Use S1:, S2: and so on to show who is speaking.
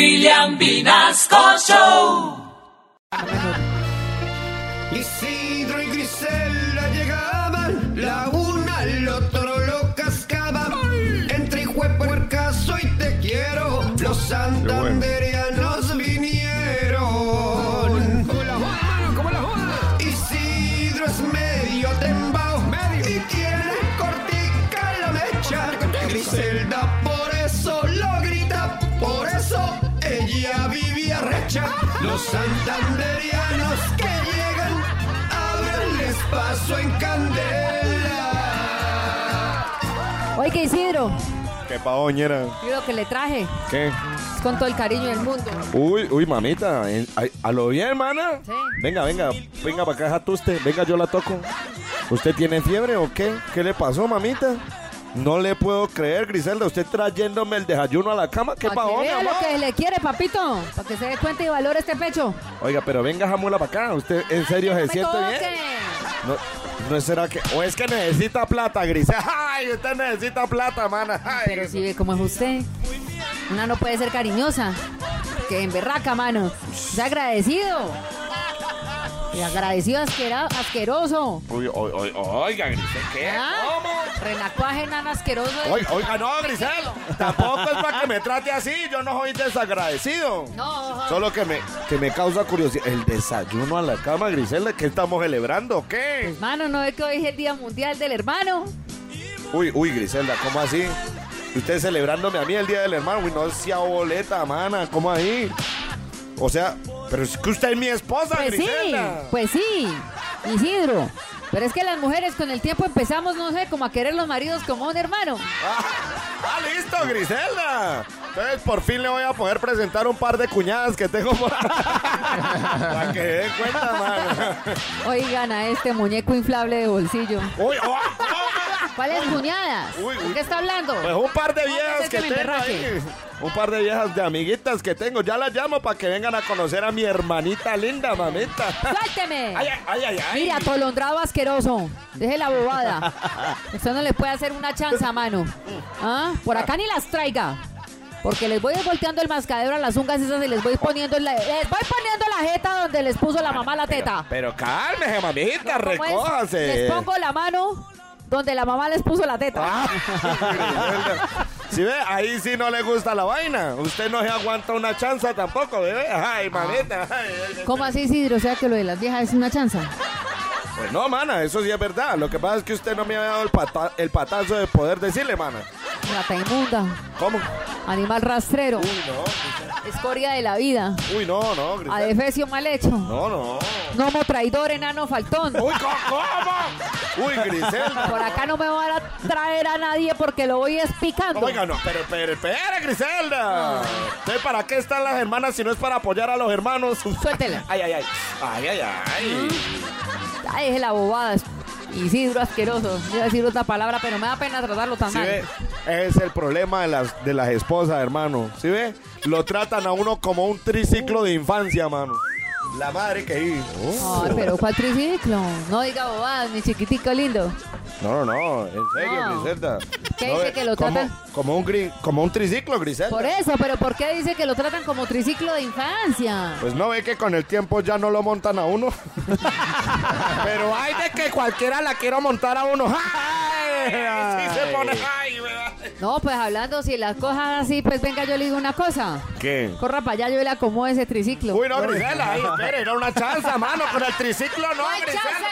S1: William Vinasco Show.
S2: Isidro y Griselda llegaban, la una al otro lo cascaban. Entre huepuercaso y te quiero, los santandereanos vinieron. Isidro es medio tembao y tiene cortica la mecha. Griselda por eso lo grita, por eso ella vivía recha. Los santanderianos que llegan abrenles paso en candela.
S3: Oiga Isidro,
S4: Qué paoñera.
S3: yo lo que le traje
S4: ¿Qué?
S3: es con todo el cariño del mundo.
S4: Uy, uy, mamita. en- ay, a, lo bien, hermana.
S3: Sí.
S4: Venga, venga. Venga para acá, jato usted. Venga, yo la toco. ¿Usted tiene fiebre o qué? ¿Qué le pasó, mamita? No le puedo creer, Griselda. Usted trayéndome el desayuno a la cama. Qué
S3: Para que
S4: paoña,
S3: vea lo
S4: ma.
S3: que le quiere, papito. Para que se dé cuenta y valore este pecho. Pues
S4: Oiga, pero venga, jamula para acá. ¿Usted en serio se
S3: Me
S4: siente
S3: toque.
S4: bien? No, no es será que. O es que necesita plata, Griselda. Ay, usted necesita plata, mana. Ay,
S3: Pero si ve cómo es usted. Una no puede ser cariñosa. Que en berraca, mano. Sea agradecido. Y agradecido asquera- asqueroso.
S4: Uy, o- o- oiga, Griselda. ¿Qué?
S3: ¿Ah?
S4: ¿Cómo?
S3: Renacuaje, nan asqueroso.
S4: Oiga, oiga, no, Grisel, tampoco es para que me trate así, yo no soy desagradecido.
S3: No, ojo.
S4: Solo que me, que me causa curiosidad. El desayuno a la cama, Grisel, ¿qué estamos celebrando? o ¿Qué?
S3: Mano, no es que hoy es el Día Mundial del Hermano.
S4: Uy, uy, Griselda, ¿cómo así? Usted celebrándome a mí el día del hermano, uy, no sea boleta, mana, ¿cómo ahí? O sea, pero es que usted es mi esposa,
S3: Pues sí,
S4: Griselda.
S3: pues sí, Isidro. Pero es que las mujeres con el tiempo empezamos, no sé, como a querer los maridos como un hermano.
S4: Ah, ah, listo, Griselda. Entonces por fin le voy a poder presentar un par de cuñadas que tengo por Para que den cuenta, mano.
S3: Oigan a este muñeco inflable de bolsillo.
S4: Uy, oh,
S3: ¿Cuáles cuñadas?
S4: Uy, uy.
S3: ¿De qué está hablando?
S4: pues un par de
S3: Póngase este
S4: viejas que
S3: que me
S4: tengo
S3: emberraque.
S4: ahí. Un par de viejas de amiguitas que tengo. Ya las llamo para que vengan a conocer a mi hermanita linda, mamita.
S3: ¡Suélteme!
S4: Ay, ay, ay, ay, ay.
S3: Mira, atolondrado asqueroso. Deje la bobada. Usted no le puede hacer una chanza, mano. ¿Ah? Por acá ni las traiga. Porque les voy volteando el mascadero a las ungas esas y les voy poniendo la, les voy poniendo la jeta donde les puso la mamá la teta.
S4: Pero cálmese, mamita,
S3: ¿Cómo es?
S4: recójase.
S3: Les pongo la mano donde la mamá les puso la teta.
S4: Ah, Si ve, ahí sí no le gusta la vaina. Usted no se aguanta una chanza tampoco, bebé. Ay,
S3: Ah.
S4: mamita. ay, ay.
S3: ¿Cómo así, Isidro? O sea, que lo de las viejas es una chanza.
S4: Pues no, mana, eso sí es verdad. Lo que pasa es que usted no me había dado el, pata- el patazo de poder decirle, mana.
S3: Rata inmunda,
S4: ¿Cómo?
S3: animal rastrero,
S4: Uy, no.
S3: escoria de la vida,
S4: Uy, no, no. Grisel.
S3: adefesio mal hecho,
S4: No, no.
S3: gnomo traidor, enano faltón.
S4: Uy, co- ¿cómo? Uy, Griselda.
S3: Por acá no me van a traer a nadie porque lo voy explicando.
S4: Oiga, no, pero, pero, espera, Griselda. Entonces, ¿para qué están las hermanas si no es para apoyar a los hermanos?
S3: Suéltela.
S4: Ay, ay, ay. Ay, ay, ay.
S3: Ay, deje la bobada. Isidro asqueroso. Voy a decir otra palabra, pero me da pena tratarlo tan
S4: ¿Sí
S3: mal.
S4: ve? Es el problema de las, de las esposas, hermano. ¿Sí ve? Lo tratan a uno como un triciclo de infancia, mano. La madre que hizo.
S3: Ay, pero ¿cuál triciclo? No diga bobadas, mi chiquitico lindo.
S4: No, no, no. En serio,
S3: No.
S4: Griselda.
S3: ¿Qué
S4: No,
S3: dice
S4: eh,
S3: que lo
S4: como,
S3: tratan?
S4: Como un, gri- como un triciclo, Griselda.
S3: Por eso, pero ¿por qué dice que lo tratan como triciclo de infancia?
S4: Pues no ve que con el tiempo ya no lo montan a uno. Pero hay de que cualquiera la quiera montar a uno. ¡Ay!
S3: No, pues hablando, si las cosas así, pues venga, yo le digo una cosa.
S4: ¿Qué?
S3: Corra para allá, yo le acomodo ese triciclo.
S4: Uy, no, Grisela, ahí, espere, era una chanza, mano, con el triciclo no,
S3: ¡No hay chance,